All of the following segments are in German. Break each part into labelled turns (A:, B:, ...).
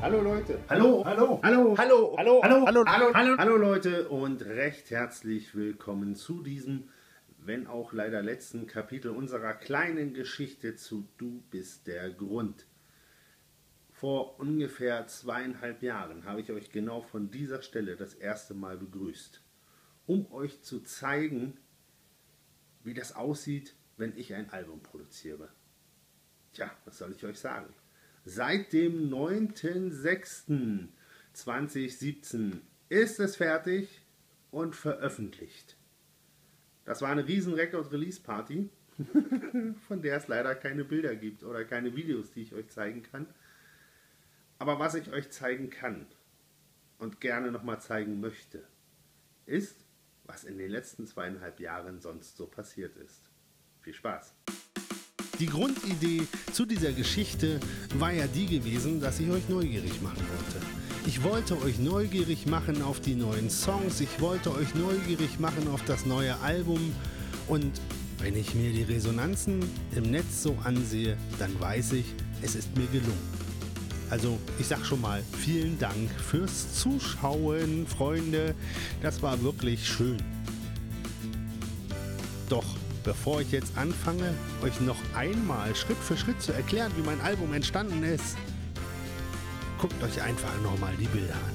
A: Hallo Leute.
B: Hallo, hallo,
A: Hallo.
C: Hallo.
A: Hallo.
B: hallo, hallo,
A: Hallo.
B: hallo.
A: Hallo Leute und recht herzlich willkommen zu diesem, wenn auch leider letzten Kapitel unserer kleinen Geschichte zu Du bist der Grund. Vor ungefähr zweieinhalb Jahren habe ich euch genau von dieser Stelle das erste Mal begrüßt, um euch zu zeigen, wie das aussieht, wenn ich ein Album produziere. Tja, was soll ich euch sagen? Seit dem 9.06.2017 ist es fertig und veröffentlicht. Das war eine riesen Record-Release-Party, von der es leider keine Bilder gibt oder keine Videos, die ich euch zeigen kann. Aber was ich euch zeigen kann und gerne nochmal zeigen möchte, ist, was in den letzten zweieinhalb Jahren sonst so passiert ist. Viel Spaß! Die Grundidee zu dieser Geschichte war ja die gewesen, dass ich euch neugierig machen wollte. Ich wollte euch neugierig machen auf die neuen Songs, ich wollte euch neugierig machen auf das neue Album und wenn ich mir die Resonanzen im Netz so ansehe, dann weiß ich, es ist mir gelungen. Also ich sag schon mal vielen Dank fürs Zuschauen, Freunde. Das war wirklich schön. Doch bevor ich jetzt anfange, euch noch einmal Schritt für Schritt zu erklären, wie mein Album entstanden ist, guckt euch einfach nochmal die Bilder an.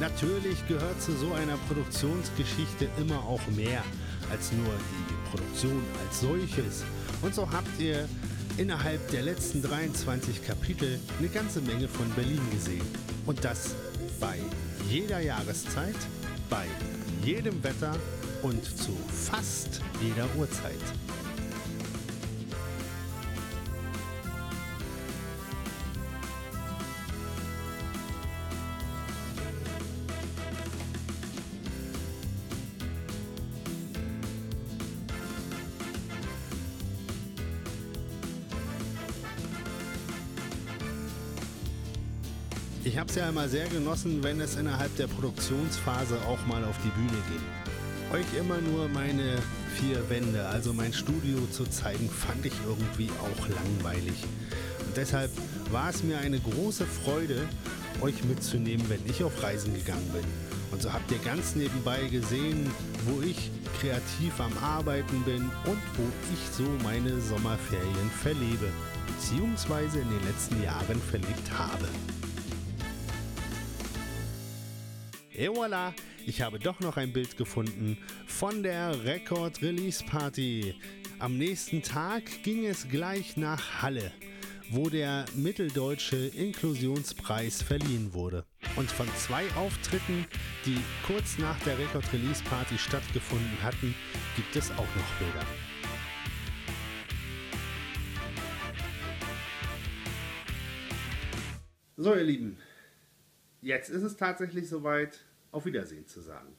A: Natürlich gehört zu so einer Produktionsgeschichte immer auch mehr als nur die Produktion als solches. Und so habt ihr innerhalb der letzten 23 Kapitel eine ganze Menge von Berlin gesehen. Und das bei jeder Jahreszeit, bei jedem Wetter und zu fast jeder Uhrzeit. Ich habe es ja immer sehr genossen, wenn es innerhalb der Produktionsphase auch mal auf die Bühne ging. Euch immer nur meine vier Wände, also mein Studio zu zeigen, fand ich irgendwie auch langweilig. Und deshalb war es mir eine große Freude, euch mitzunehmen, wenn ich auf Reisen gegangen bin. Und so habt ihr ganz nebenbei gesehen, wo ich kreativ am Arbeiten bin und wo ich so meine Sommerferien verlebe, beziehungsweise in den letzten Jahren verlebt habe. Et voilà, ich habe doch noch ein Bild gefunden von der Record Release Party. Am nächsten Tag ging es gleich nach Halle, wo der Mitteldeutsche Inklusionspreis verliehen wurde. Und von zwei Auftritten, die kurz nach der Record Release Party stattgefunden hatten, gibt es auch noch Bilder. So, ihr Lieben, Jetzt ist es tatsächlich soweit, auf Wiedersehen zu sagen.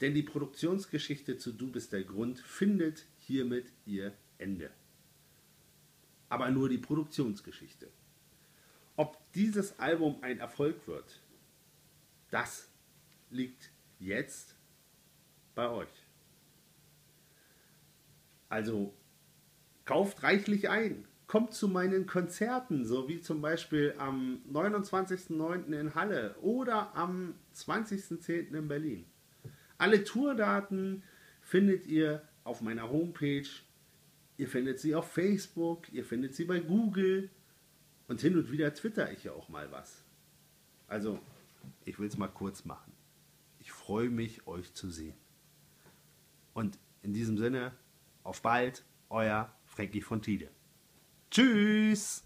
A: Denn die Produktionsgeschichte zu Du bist der Grund findet hiermit ihr Ende. Aber nur die Produktionsgeschichte. Ob dieses Album ein Erfolg wird, das liegt jetzt bei euch. Also kauft reichlich ein. Kommt zu meinen Konzerten, so wie zum Beispiel am 29.09. in Halle oder am 20.10. in Berlin. Alle Tourdaten findet ihr auf meiner Homepage. Ihr findet sie auf Facebook, ihr findet sie bei Google und hin und wieder twitter ich ja auch mal was. Also, ich will es mal kurz machen. Ich freue mich, euch zu sehen. Und in diesem Sinne, Auf bald, euer Frankie von Tide. Tschüss!